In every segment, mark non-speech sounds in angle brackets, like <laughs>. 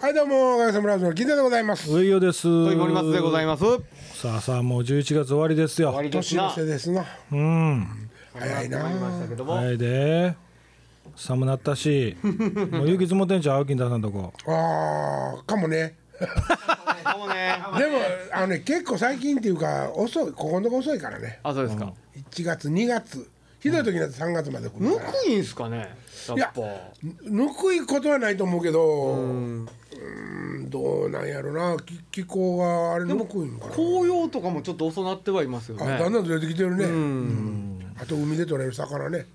はいどうもガイさんブラウズの銀座でございます上与です。鳥森松でございます。終す。さあさあもう11月終わりですよわ。りです年のな。瀬ですなうん。早い終わりなましたけども。はいで。寒なった <laughs> し、もう雪積もってんちゃう金田さんとこ。あーかもねそうね。でもあのね結構最近っていうか遅いここのとこ遅いからねあ、そうですか。 1月2月ひどい時になって3月まで来ぬるかくらいんすかね。いややっぱ。ぬくいことはないと思うけどうんどうなんやろな気気候があれぬくいんかな紅葉とかもちょっと遅なってはいますよあだんね。だんずれてきてるねうんあと海で取れる魚ね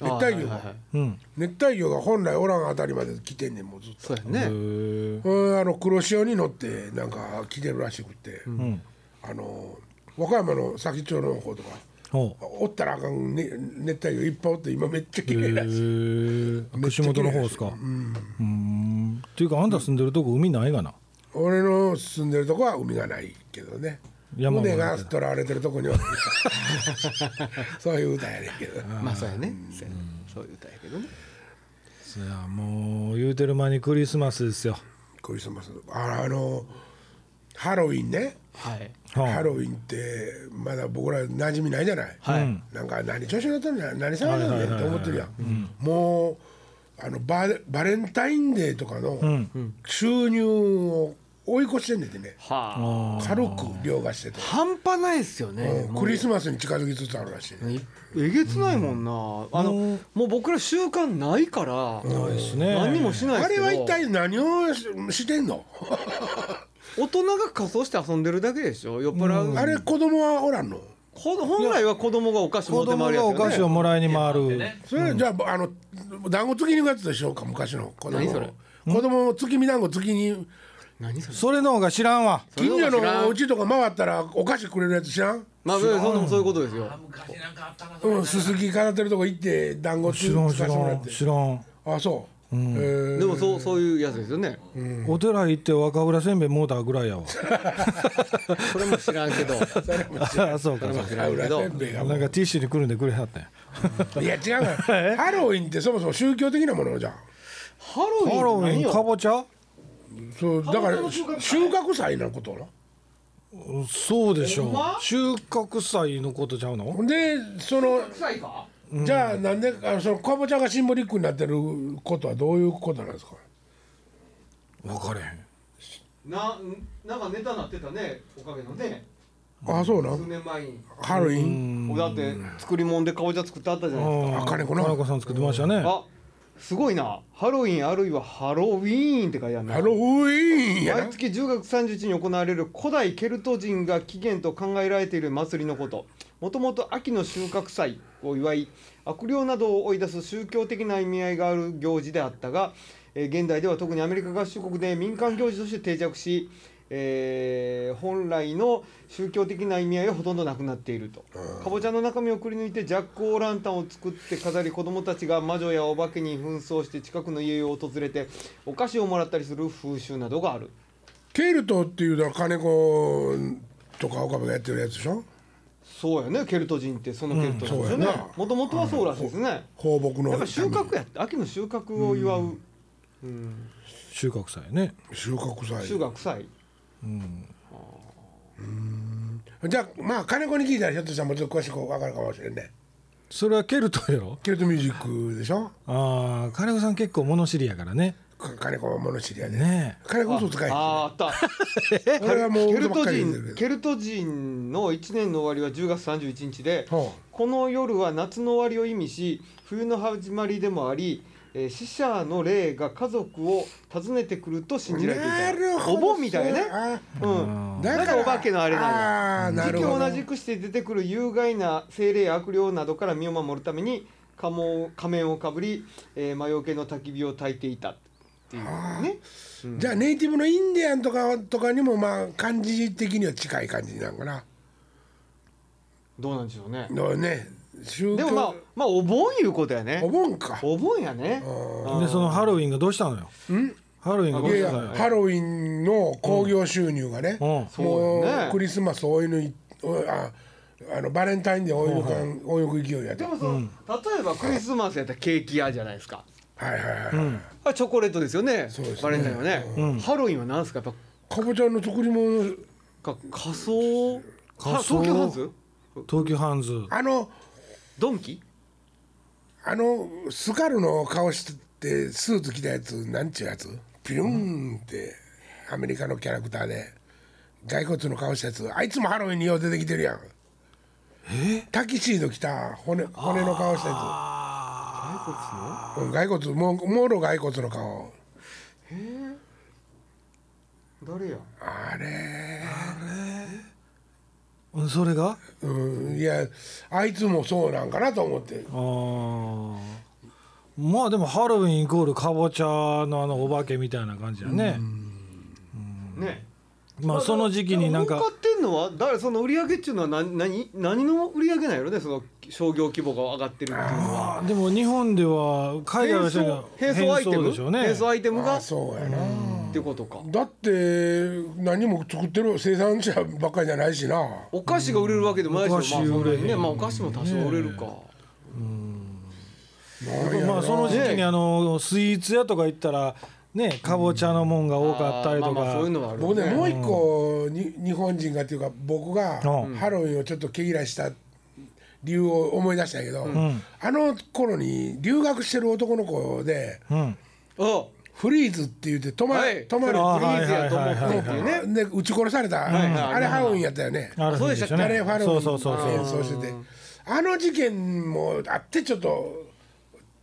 熱帯魚あはいはいはういん。熱帯魚が本来おらんあたりまで来てんねんもうずっそうやへね。ーとうんあの黒潮に乗ってなんか来てるらしくってうん。あの和歌山の佐木町の方とかほう。おったらあかん、ね、熱帯魚いっぱいおって今めっちゃへ綺麗やしいー串本の方ですか。うん。ん。っていうかあんた住んでるとこ海ないがな。俺の住んでるとこは海がないけどね山もない船がとらわれてると <laughs> こにはそういう歌やねんけどまあそうやね。そうやねそういう歌やけどね。いやもう言うてる間にクリスマスですよ。クリスマスああのハロウィンねはい。ハはロウィンってまだ僕ら馴染みないじゃない、はい。なんか何調子乗ってんの何騒いでんねんって思ってるやんもうあのババレンタインデーとかの収入を追い越してんねんてねはあ。軽く凌駕してて、半端ないっすよね。うんもうクリスマスに近づきつつあるらしいね、いえげつないもんな。あのうんもう僕ら習慣ないから。い。ですね。何にもしないあですけれど。は一体何をししてんの大人が仮装して遊んでるだけでしょ。酔っ払う。あれ子供はおらんのほ本来は子供がお菓子子持って回供るやがつお菓子をもらいに回る。それじゃああの団子月に行くやつでしょうか昔の子供何それ子供を月見団子月に何それそれの方が知らんわ。それ近の方所が知らんのお家とか回ったらお菓子くれるやつ知らんまあそんなもそういうことですようん、すすき飾ってるとこ行って団子つ知らんつ知からせてもらっんて知らん。あそう、えーでもそうそういうやつですよねお寺行って若浦せんべいもうたぐらいやわ。それも知らん <laughs> けどそれもあそうか。知らんけ裏どせんべいがなんかティッシュにくるんでくれはったんやいや違うからハロウィンってそもそも宗教的なものじゃんハロウィンハロウィンかぼちゃそうだからし収穫祭なことなそうでしょう、収穫祭のことちゃうのほんでその臭いかじゃあなんであそのかぼちゃがシンボリックになってることはどういうことなんですか分かれへんななんかネタなってたねおかげのねあそうな数年前にハロウィンだって作り物でかぼちゃ作ってあったじゃないですかああ金子な金子さん作ってましたねあすごいなハロウィンあるいはハロウィーンって書いてあるなハロウィンやな毎月10月31日に行われる古代ケルト人が起源と考えられている祭りのこともともと秋の収穫祭を祝い悪霊などを追い出す宗教的な意味合いがある行事であったが、えー現代では特にアメリカ合衆国で民間行事として定着し、えー本来の宗教的な意味合いはほとんどなくなっているとかぼちゃの中身をくり抜いてジャック・オー・ランタンを作って飾り子どもたちが魔女やお化けに扮装して近くの家を訪れてお菓子をもらったりする風習などがある。ケルトっていうのは金子とか岡部がやってるやつでしょそうやねケルト人ってそのケルトなんですよねうんそうやなもともとはそうらしいですね放牧のやっぱ収穫やって秋の収穫を祝う収穫祭ね収穫祭収穫祭じゃあまあ金子に聞いたらひょっとしたらもうちょっと詳しく分かるかもしれんねそれはケルトやろケルトミュージックでしょああ金子さん結構物知りやからねか金子は物知りやで、ね金子嘘つかへんしあああった <laughs> 俺はもうケ嘘ルばっトかり言って人るけケルト人の1年の終わりは10月31日でどほこの夜は夏の終わりを意味し冬の始まりでもあり、えー死者の霊が家族を訪ねてくると信うじられていなたるほどお盆みたいなねあうんだだからお化けのあれなんやあーな時る期ほをど同じくして出てくる有害な精霊や悪霊などから身を守るために仮紋仮面をかぶり、えー、魔除けの焚き火を焚いていたっていうねじゃあネイティブのインディアンとかとかにもまあ感じ的には近い感じなんかなどうなんでしょうねのね宗教でもまあまあお盆いうことやおね盆かお盆やねでそのハロウィンがどうしたのよハロウィンがどいうやいやしたのよハロウィンの興行収入がね、うんそうやねもうクリスマスを追い抜いああのバレンタインで追い抜かん追い抜く勢いやでともその、例えばクリスマスやったらケーキ屋じゃないですかはいはいはい、あチョコレートですよねそうですねバレンタインはね、ハロウィンは何ですかやっかぼちゃの作り物ぱか仮装仮装は東京ハンズ東急ハンズあのドンキあのスカルの顔してスーツ着たやつなんちゅうやつピュンってアメリカのキャラクターで骸骨の顔したやつあいつもハロウィンによう出てきてるやんタキシード着た骨骨の顔したやつうん骸骨もうもろ骸骨の顔誰やあれうんそれがうんいやあいつもそうなんかなと思ってあーまあでもハロウィンイコールかぼちゃのあのお化けみたいな感じだね、ねまあその時期になん儲かかってんのは誰その売り上げっていうのは何何何の売り上げなんやろねその商業規模が上がってるっていうのはでも日本では海外の人が並走アイテムでしょうね並走アイテムがあっそうやな、ていうことかだって何も作ってる生産者ばっかりじゃないしなお菓子が売れるわけでもないしお菓子まあそんなに売れへねんまあお菓子も多少売れるかなんやろなまあその時期にあのスイーツ屋とか行ったらねかぼちゃのもんが多かったりあとーまあまあそういうかのはある僕よねねもう一個に日本人がっていうか僕がうんハロウィンをちょっと毛嫌いした理由を思い出したんやけど、あの頃に留学してる男の子でうんあフリーズって言って泊ま,、はい泊まるそれはあーフリーズやと思ってっていうねで撃ち殺された、いはいあれハロウィンやったよね。あるんしょあれハロウィそうンそうそうそう演奏しててあの事件もあってちょっと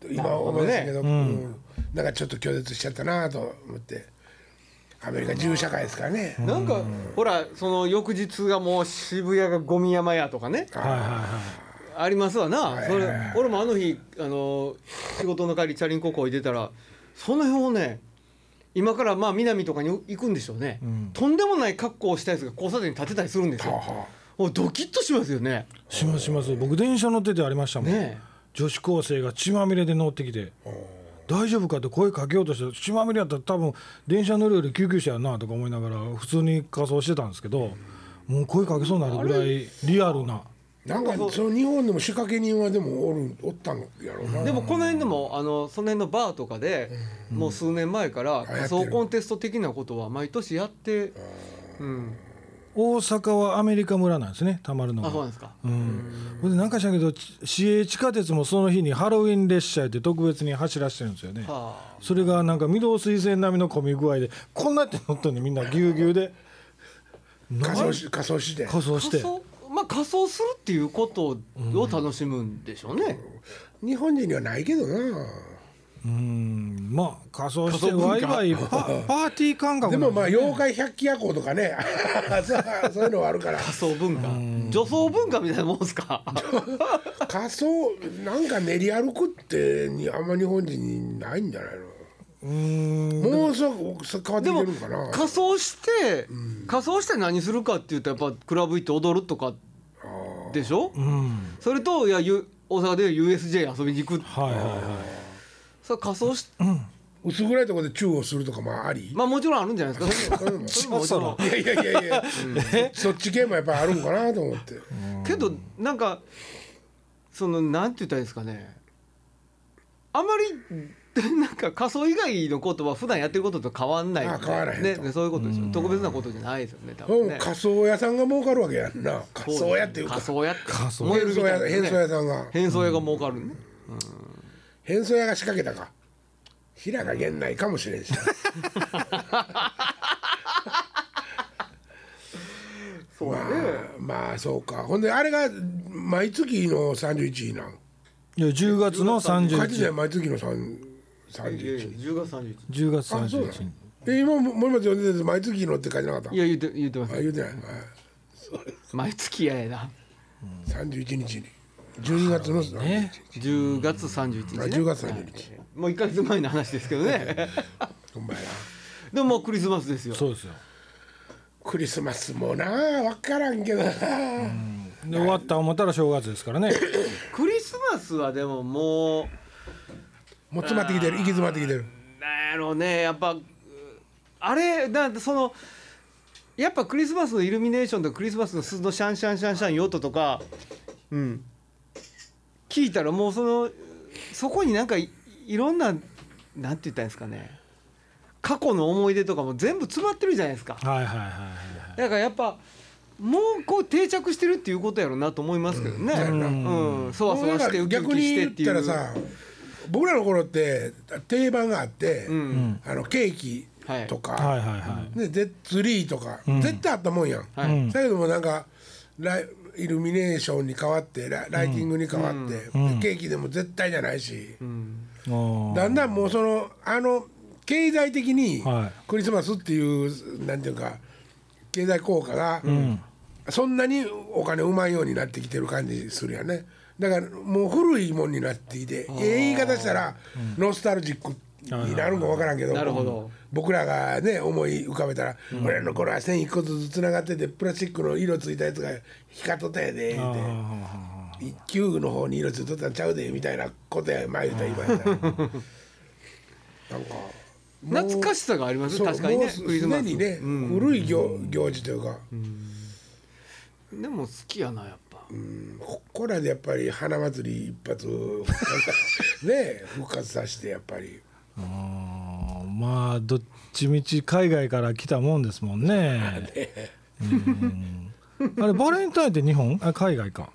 今思い出したけどうんなんかちょっと拒絶しちゃったなと思ってアメリカ自由社会ですからね。なんかほらその翌日がもう渋谷がゴミ山やとかねはいはいはありますわな、いそれ俺もあの日あの仕事の帰りチャリンコこいてたらその辺をね今からまあ南とかに行くんでしょうね、とんでもない格好をしたやつが交差点に立てたりするんですよ、はあはあおドキッとしますよねいしますします僕電車乗っててありましたもん、ね女子高生が血まみれで乗ってきて「大丈夫か?」って声かけようとして血まみれやったら多分電車乗るより救急車やなとか思いながら普通に仮装してたんですけどもう声かけそうになるぐらいリアルななんかその日本でも仕掛け人はでもおるおったんやろうな。でもこの辺でもあのその辺のバーとかで、もう数年前からてる仮想コンテスト的なことは毎年やって、うん、大阪はアメリカ村なんですねたまるのあそがうなんですか、うん、ほんでなんかしたけどち市営地下鉄もその日にハロウィン列車って特別に走らしてるんですよね、はあそれがなんか御堂水線並みの混み具合でこんなって乗ったのにみんなぎゅうぎゅうで仮装し仮装して仮装して仮想まあ仮装するっていうことを楽しむんでしょうね、日本人にはないけどな。うんまあ仮装して仮装文ワイ化ワイパパーティー感覚でもまああ妖怪百鬼夜行とかねそうそういうのはあるから仮想文化女装文化みたいなもんですか仮装なんか練り歩くってにあんま日本人にないんじゃないの。うんもうそうそう変わってきてでもるんかな。仮装して仮装して何するかっていうとやっぱクラブ行って踊るとかでしょうんそれといやゆ大阪で USJ 遊びに行くはいはいはそれ仮装し薄暗いところでチューをするとかもあり。まあもちろんあるんじゃないですかそういうのもそれももちろんいやいやいやいや、 <laughs> そっち系もやっぱりあるんかなと思って。けどなんかそのなんて言ったらいいんですかねあまり <laughs> なんか仮装以外のことは普段やってることと変わんないよねあ変わらへんねとねそういうことですよ特別なことじゃないですよね多う分ん、ね仮装屋さんが儲かるわけやんな。仮装屋っていうか仮。装屋って仮装屋燃える変み装たい屋、なね変装屋さんが。変装屋が儲かるね、変装屋が仕掛けたか。平賀源内かもしれんし。そうねまあ、まあ、そうか。ほんで、あれが毎月の三十一位なん。いいや10月の書いてた31よ毎月の三、三十一。 10月31 10月あ、そうだ31。え、今も、もう今読んでて、毎月のって書いてなかったい。や言うて言うてますあ、言うてない。はい毎月ややな三十一日に。十二月の。ね10月31日、あね、 10月31日はいもう1か月前の話ですけど <laughs> ねほんまやな。でももうクリスマスですよそうですよクリスマスもな分からんけどなで終わった思ったら正月ですからねクリスマスはでももうもう詰まってきてる行き詰まってきてるなんやろうねやっぱうあれだそのやっぱクリスマスのイルミネーションとクリスマスの鈴のシャンシャンシャンシャンヨットとか、うん、聞いたらもうそのそこになんかいいろんななんて言ったらいいんですかね過去の思い出とかも全部詰まってるじゃないですかはいはいはいはいだからやっぱもうこう定着してるっていうことやろうなと思いますけどね、うんそわそわしてウキウ逆キにして言っっていうたらさ僕らの頃って定番があって、んあのケーキとか、はいはいはいね、でツリーとか、絶対あったもんやん。はいうんだけどもなんかライイルミネーションに変わってラライティングに変わって、でケーキでも絶対じゃないし、あーだんだんもうそのあの経済的にはいクリスマスっていうなんていうか経済効果が、そんなにお金うまいようになってきてる感じするやねだからもう古いもんになってきてええ言い方したらノスタルジックになるんか分からんけどなるほど僕らがね思い浮かべたら、俺の頃は線一個ずつつながっててプラスチックの色ついたやつが光っとったやで言うて。一級の方に色ついとったんちゃうでみたいなことや前言った今やったらなんか懐かしさがありますそう確かにねもうすクリスマスすでにね、うん古い行行事というか、でも好きやなやっぱ、ここらでやっぱり花祭り一発ね <laughs> 復活させてやっぱりあーまあどっちみち海外から来たもんですもんね。うんあれバレンタインって日本あ海外か。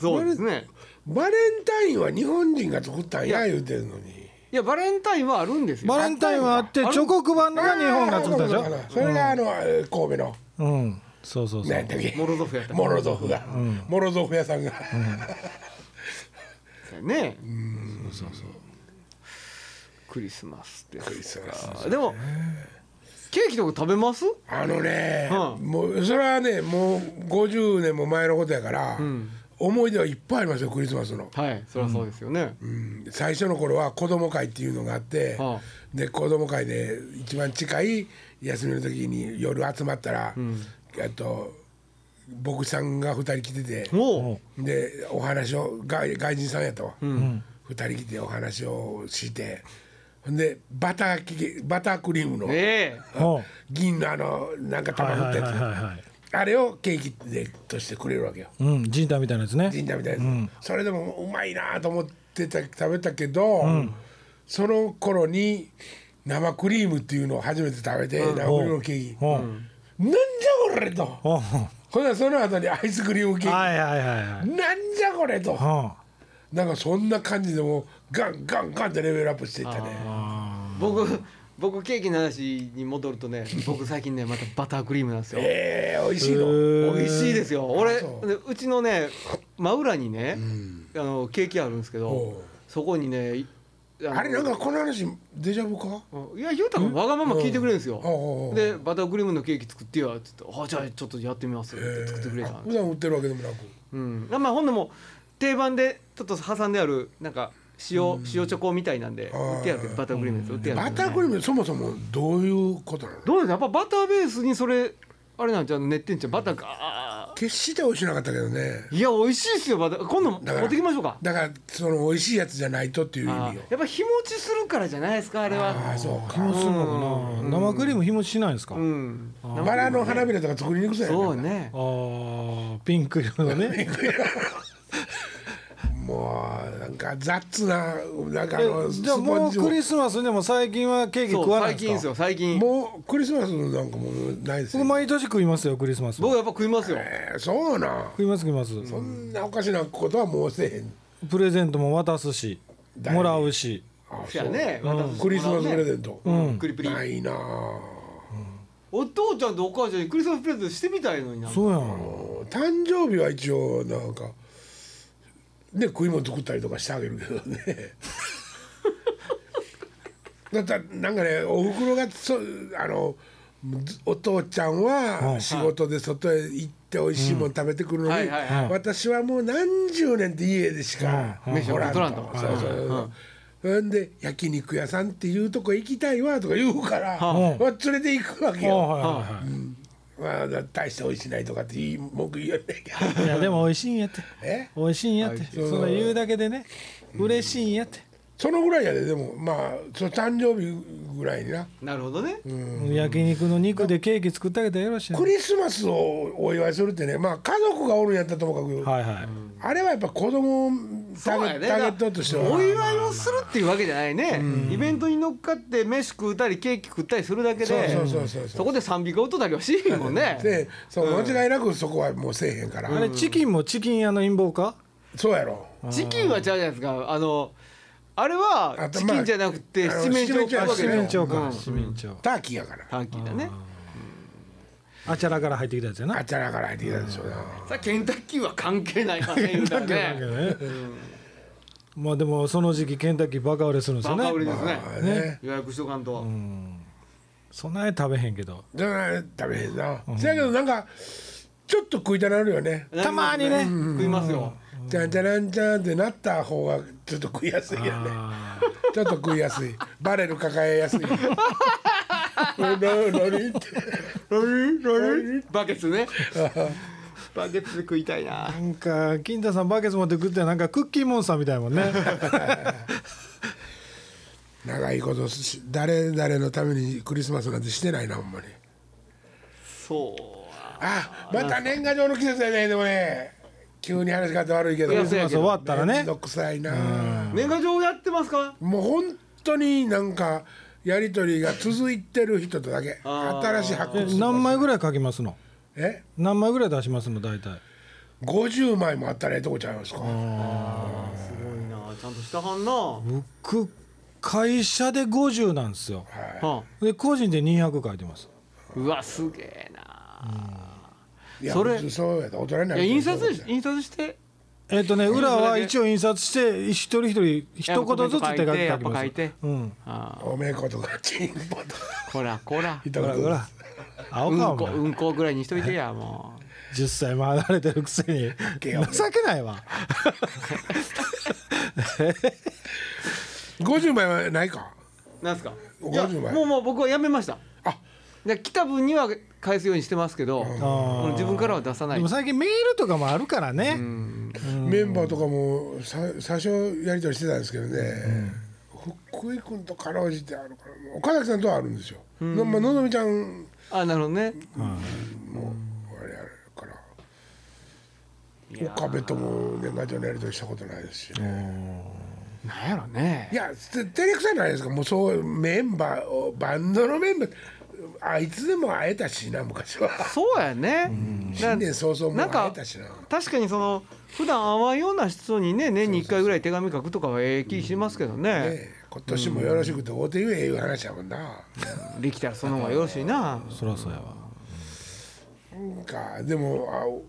そうですねバレンタインは日本人が作ったんや言うてるのにいやバレンタインはあるんですよバレンタインはあってあるチョコ配るのが日本が作ったでしあそうょかそうかそれがあの、神戸のうんそうそうそう何やったっけモロゾフやったっモロゾフが、モロゾフ屋さんが、けねクリスマスってクリスマスでもケーキとか食べますあのね、うんもうそれはねもう50年も前のことやから、思い出はいっぱいありますよクリスマスの、はいそりゃそうですよね、うん最初の頃は子供会っていうのがあって、はあで子供会で一番近い休みの時に夜集まったら、あと僕さんが2人来ててもでお話を外外人さんやったわ、2人来てお話をしてほんでバターきバタークリームのうええおう銀のあのなんかは玉い振っはたいやつ、はいはいはい。あれをケーキでとしてくれるわけようんジンターみたいなやつね。神社みたいな、それでもうまいなと思ってた食べたけど、その頃に生クリームっていうのを初めて食べて、生クリームのケーキ、おうなんじゃこれとおうほなその後にアイスクリームケーキ、はいはいはいはい。なんじゃこれと、おうなんかそんな感じでもうガンガンガンってレベルアップしていったね僕僕ケーキの話に戻るとね僕最近ねまたバタークリームなんですよえー、美味しいの、美味しいですよ俺そうでうちのね真裏にね、あのケーキ屋あるんですけおどうそこにねいのあれなんかこの話デジャブかいや言うたらわがまま聞いてくれるんですようんおうおうおうでバタークリームのケーキ作ってよって言って「あじゃあちょっとやってみます」って作ってくれたん普段売ってるわけでもなくうん、まあほんでも定番でちょっと挟んであるなんか塩塩チョコみたいなんで売ってあるけどバタークリームです売ってあるバけどタークリームそもそもどういうことなのどうですかやっぱバターベースにそれあれなんじゃう練ってんじゃうバターが決して美味しなかったけどねいや美味しいですよバター今度持だからってきましょうかだからその美味しいやつじゃないとっていう意あー味よやっぱ日持ちするからじゃないですかあれあはあそう日持かちするのかな。生クリーム日持ちしないんですか。うんバラの花びらとか作りにくそうやそなうねああピンク色のね。もうなんか雑ななんかあのえじゃあスポもンうジクリスマスでも最近はケーキそ食うわない最んで近ですすかよ最近もうクリスマスなんかもうないです僕よ、毎年食いますよクリスマス僕食やっぱ食いますよえーそうなんいます食いますそんなおかしなことはもうせえへんプレゼントも渡すし誰にもらうしあそやね私クリスマスプレゼント、クリプリないなあお父ちゃんとお母ちゃんにクリスマスプレゼントしてみたいのになそうやん誕生日は一応なんかね食い物作ったりとかしてあげるけど <laughs> ねだったらなんかねおふくろがそあのお父ちゃんは仕事で外へ行って美味しいもん食べてくるのはに、いはいはい私はもう何十年って家でしかうん飯をおらんと、取らんとそうそうそう、ほんで焼肉屋さんっていうとこ行きたいわとか言うから、うんまあ連れて行くわけあよ、はいはまあ、大して美味しないとかっていい文句言われないけどいはいいやでも美味しいんやってえ美味しいんやってうそれ言うだけでね嬉しいんやってそのぐらいやででもまあその誕生日ぐらいにななるほどね焼肉の肉でケーキ作ってあげたらよろしいやんクリスマスをお祝いするってねまあ家族がおるんやったらともかく、はいはいあれはやっぱ子供そうやねターゲットとしてはお祝いをするっていうわけじゃないね、イベントに乗っかって飯食うたりケーキ食ったりするだけでそうそうそうそうそうそこで賛美歌歌ったりはしいもんねでそう間違いなくそこはもうせえへんから、あれチキンもチキン屋の陰謀かそうやろチキンは違うじゃないですかあのあれはあとチまあキンじゃなくてあの七面鳥を買うわけ七七で面しょ鳥うかん七面鳥ターキーやからターキーだねあちゃらから入ってきたやつやあなっちゃらから入ってきたでしょうな、さあケンタッキーは関係ないわね言うたらねまあでもその時期ケンタッキーバカ売れするんですよバねカ売りですねああね予約しとかんと、そんなに食べへんけどじゃあ食べへんな、せやけどなんかちょっと食いたなるよねなりますねたまにね食いますよ、じゃんじゃらんじゃんってなった方がちょっと食いやすいよねあちょっと食いやすいバレル抱えやすいな何ってバケツね <laughs> バケツで食いたいななんか金太さんバケツ持って食ってなんかクッキーモンスターみたい <laughs> もんね長いことし誰々のためにクリスマスなんてしてないなほんまにそうあまた年賀状の季節やねでもね急に話が変わって悪いけどクいやリスそうやマス終わったらめんねどくさいな年賀状やってますかもう本当になんかやり取りが続いてる人とだけあー新しい発え掘何枚ぐらい書きますのえ何枚ぐらい出しますの大体50枚もあったらええとこちゃいますかすごいなちゃんとしたはんな、は僕会社で50なんですよあで個人で200書いてますうわすげえないやそれ普通そうやった大人にないるや印刷しし印刷してえっ、とね裏は一応印刷して一人一人一言ずつ手書きや書っきぱま書すいてうんあおめえことかチンポとかあこらこらひほとら言ほら青うかおんこ前、うんこぐらいにしといてやも10歳も離れてるくせにけよ情けない <laughs> わ50枚はないかうなんすかおいや50枚もうもう僕はやめましたあで来た分には返すようにしてますけど、ーうん自分からは出さなでいも最近メールとかもあるからね、メンバーとかもさ最初やり取りしてたんですけどね、福井君とかろうじてあるから岡崎さんとはあるんですよ、のまあ、のぞみちゃんあなるほどねもあれやるからいやー岡部とも年賀状のやり取りしたことないですしねなんやろねいやて照れくさいじゃないですかもうそうメンバーをバンドのメンバーあいつでも会えたしな昔はそうやね、だ新年早々もなうんか会えたしな確かにその普段会わんような人にね年に1回ぐらい手紙書くとかはええ気しますけどねねえ今年もよろしくて大手言えいう話やもんな、できたらその方がよろしいなそらそうやわなんかでもあお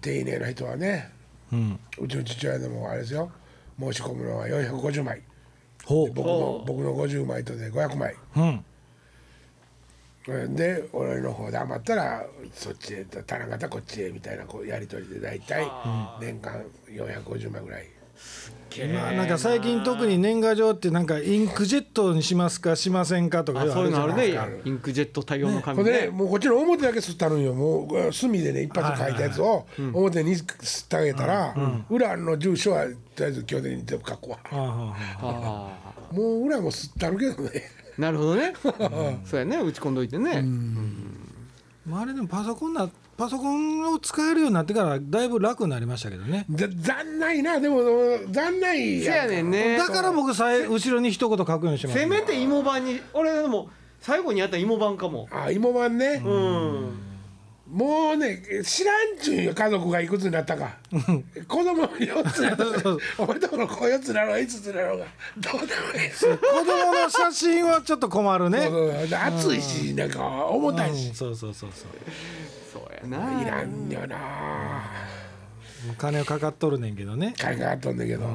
丁寧な人はねうんうちの父親でもあれですよ申し込むのは450枚ほ僕の僕の50枚とで500枚ううんで俺の方で余ったらそっちへ足らんかったらこっちへみたいなこうやり取りで大体年間450枚ぐらいまあなんか最近特に年賀状ってなんかインクジェットにしますかしませんかとかあそういうのあるねじゃないですかインクジェット対応のほ紙んでねねもうこっちの表だけ吸ったのよもう墨でね一発書いたやつを表に吸ってあげたら裏の住所はとりあえず基本的に全部書くわああああああもう裏も吸ったるけどね <laughs> なるほどねそうやね打ち込んどいてねまああれでもパソコンなパソコンを使えるようになってからだいぶ楽になりましたけどねざ残ないなでも残ないせやねんねだから僕さえ後ろに一言書くようにしますせめて芋版に俺でも最後にやった芋版かもあ芋版ね、うんもうね知らんちゅうよ家族がいくつになったか子供4つ <laughs> なのお前とこの子4つなの5つなのがどうでもいい <laughs> そう子供の写真はちょっと困るねそうで暑いしなんか重たいしうんそうそうそうそうそうやないらんよなお金かかっとるねんけどね金かかっとんだけど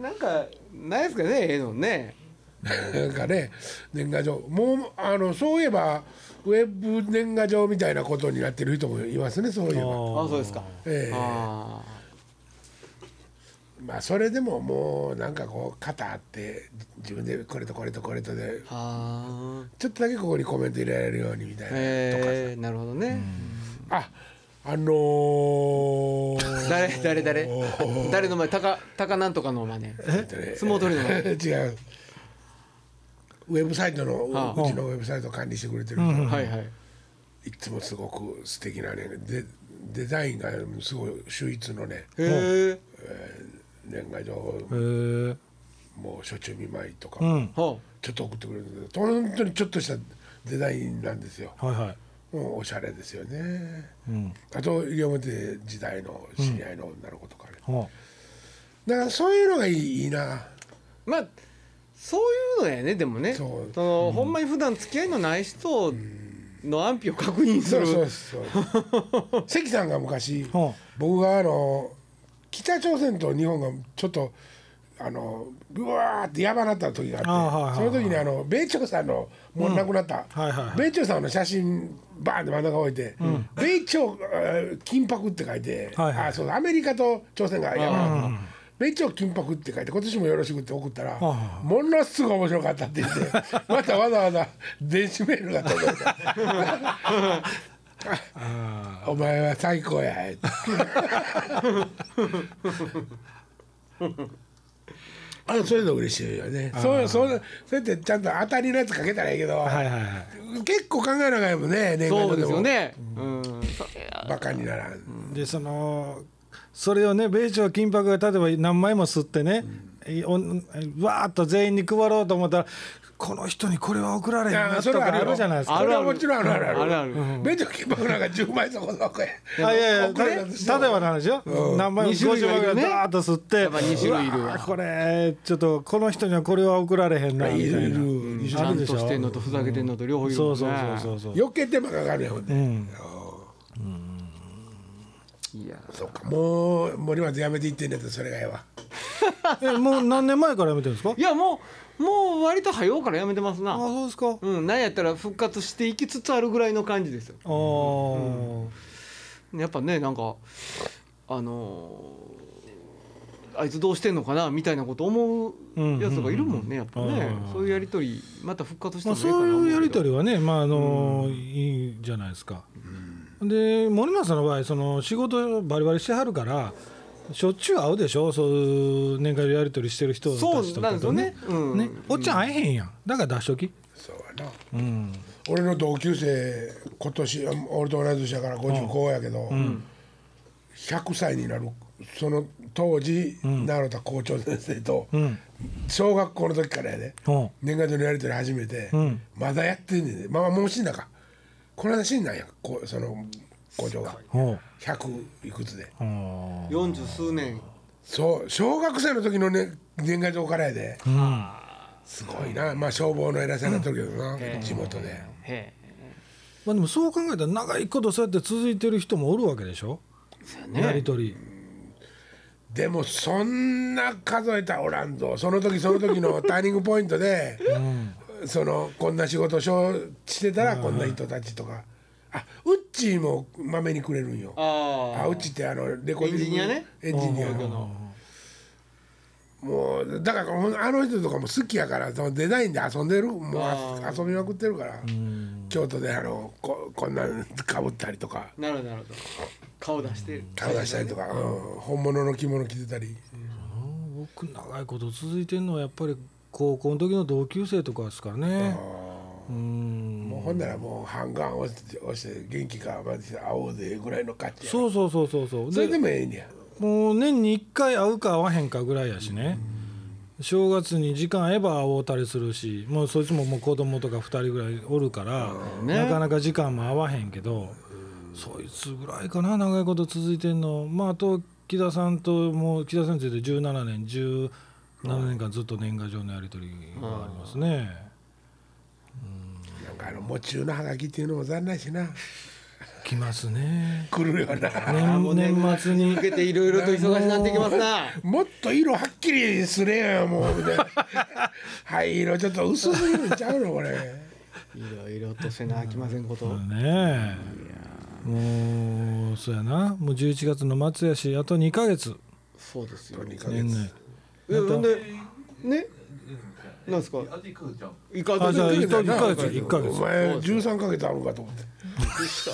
なんかないですかねええのねなんかね年賀状もうあのそういえばウェブ年賀状みたいなことになってる人もいますねそういえば。あそうですかええああまあそれでももうなんかこう肩あって自分でこれとこれとこれとではあちょっとだけここにコメント入れられるようにみたいな、えー、なるほどね、ああのー、 <laughs> 誰誰誰誰の前タカタカなんとかの真似えっとね相撲取りの前 <laughs> 違うウェブサイトの、あうちのウェブサイト管理してくれてる人、はいはいいつもすごく素敵なねでデザインがすごい秀逸のねへえ年賀状へえもうしょっちゅう見舞いとか、うんはちょっと送ってくれるんだけど本当にちょっとしたデザインなんですよ、はいはいもうおしゃれですよねうんあと西表時代の知り合いの女の子とかね、はだからそういうのがいいいいなあまあそういうのやねでもねそそうの、ほんまに普段付き合いのない人の安否を確認すそるうそうそう関さんが昔あは僕があの北朝鮮と日本がちょっとあのうわーってやばなった時がああはっいてそはいはいの時にあの米朝さんのもう亡くなった、うんはいはいはい米朝さんの写真バーンって真ん中置いて「米朝えー金箔」って書いて、はいはいあそうだアメリカと朝鮮がやばなった。米朝金箔って書いて今年もよろしくって送ったらはいはものすごい面白かったって言ってまたわざわざ電子メールが届いたあお前は最高や。 <laughs> あのそういうの嬉しいよね。そうそうそうやってちゃんと当たりのやつかけたらいいけど、ーはいはいはい結構考えながらもね年賀そ状うでですよもねうん、そバカにならん。でそのそれをね米朝金箔が例えば何枚も吸ってね、いおわーっと全員に配ろうと思ったらこの人にこれは送られへんあなーそとれかはああるるじゃないですか。それはもちろんあるあるあるあるベンチョ金箔なんか10枚そこそこや。あいやいや送たれな例えくてもばの話よ、何枚も二種類50枚ぐらいいるねダーッと吸ってやっぱ二種類いるわうーこれちょっとこの人にはこれは送られへんないみたるいいなるいちる。ゃんとしてんのとふざけてんのと両方いるそもんうねそうそうそうそう余計手間かかるやんほんで。いやそうかもう森松やめていってんねやったらそれがええわ。えもう何年前からやめてるんですかいやもうもう割と早うからやめてますあなそうですか、あうんなんやったら復活していきつつあるぐらいの感じですよあー、やっぱねなんかあのーあいつどうしてんのかなみたいなこと思うやつがいるもんねやっぱうんうんねうんそういうやり取りまた復活してまもあ、いいかなそういうやりり取りはね、まああのいいじゃないですか。で森松さんの場合その仕事バリバリしてはるからしょっちゅう会うでしょそういう年賀状やり取りしてる人たちとかと、そうなんですよねうんねおっちゃん会えへんやんだから出しとき。そうやな。うん俺の同級生今年あ俺と同じ年だから55やけど、100歳になるその当時、奈良田校長先生と、うん小学校の時からやで、うん年賀状のやり取り始めて、んまだやってんねんでまあもう死んだかこの間死んだんやこうその校長がほう100いくつでほ四十数年そう小学生の時の、ね、年賀状からやで、ううんすごいなまあ消防の偉さになっとるけどな、ん地元で。へまあ、でもそう考えたら長いことそうやって続いてる人もおるわけでしょ、ねやり取りでもそんな数えたらおらんぞその時その時 <laughs> のターニングポイントで、そのこんな仕事をしょしてたらこんな人たちとか、あウッチーもまめにくれるんよえあああウッチーってあのレコーディングエンジニアねエンジニア東の京のもうだからほんあの人とかも好きやからそのデザインで遊んでるもうああ遊びまくってるから京都であのここんなんかぶったりとかなるほどなるほど顔出して顔出したりとか、うん本物の着物着てたり。僕長いこと続いてるのはやっぱり高校の時の同級生とかですからねうんもうほんならもう半眼押して押して元気かまず会おうぜぐらいの感じやそうそうそうそうそうそれででもええんやもう年に1回会うか会わへんかぐらいやしね正月に時間合えば会おうたりするしもうそいつももう子供とか2人ぐらいおるから、ねなかなか時間も合わへんけどそいつぐらいかな長いこと続いてんのまああと木田さんともう木田さんについて17年17年間ずっと年賀状のやり取りがありますね、なんかあの喪中のハガキっていうのも残念しな来ますね来るよな年年末に受けていろいろと忙しくなってきますなもっと色はっきりすれよもうみたい <laughs> な灰色ちょっと薄すぎるんちゃうのこれいろいろとせなあきませんことねえもうそうやなもう11月の末やしあと2ヶ月そうですよ2ヶ年月内えなんでねなんですかイカあじゃあイ1カヶ月1ヶお月前13ヶ月あるんかと思ってでし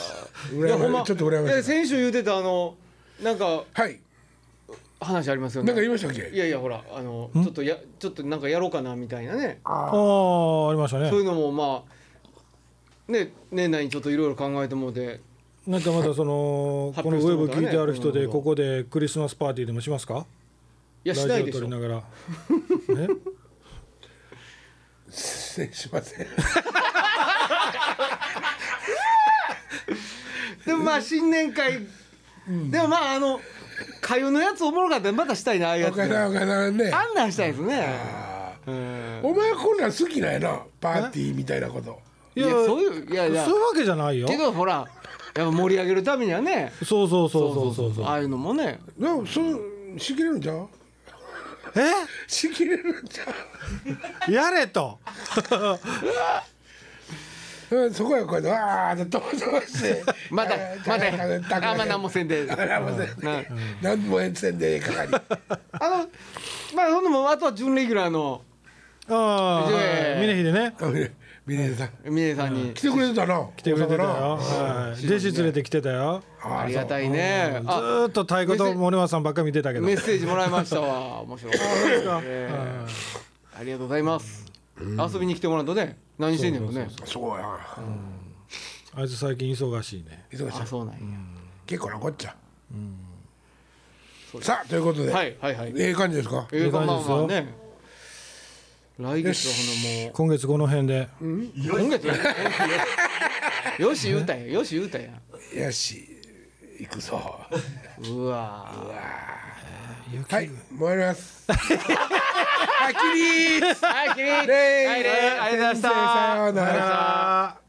たいやほ羨んまましいちょっと羨まいやしい先週言うてたあのなんかはい話ありますよなんねか言いましたっけいやいやほらあのちょっとやちょっとなんかやろうかなみたいなねああありましたねそういうのもまあね年内にちょっといろいろ考えてもうてなんかまだその発このウェ表したブことはね聞いてある人でうんここでクリスマスパーティーでもしますかいやしないラジでしオょ撮りながら <laughs> ね失礼しませんでもまあ新年会、でもまああのかゆのやつおもろかったらまたしたいなああいうやつ岡田岡田ねあんなんしたいですねうんお前こんなん好きなんやなパーティーみたいなこといいややそそうういいういやいやうわけじゃないよけどほらやっぱ盛り上げるためにはねそうそうそうそうそうそうああいうのもねでもそうしきれるんじゃうえしきれるんじゃやれとううんそこへこうやってわーっと飛ばしてまたまたあんまな何もせん <laughs> であんませんな何もえんせんでええ係あのまあほんでもあとは準レギュラーのああいやいやいや峰秀ねあミネさん峰さんに来てくれてたな来てくれてたよ大阪なはい弟子連れてきてたよあありがたいずねあーっと太鼓と森松さんばっか見てたけどメッセージもらいましたわ <laughs> 面白かったですええありがとうございます遊びに来てもらうとね何してんねんもねそうやあいつ最近忙しいね忙しいあそうなんや結構なこっちゃさあということではいはいはいええ感じですか映画まあまあいね来月は今月この辺でほなもう今月よよし言うたやんよし言うたやんよし行くぞうわはい燃えますはっきりはいキリンレイはいレイありがとうございま先生さようしたならありがとうございました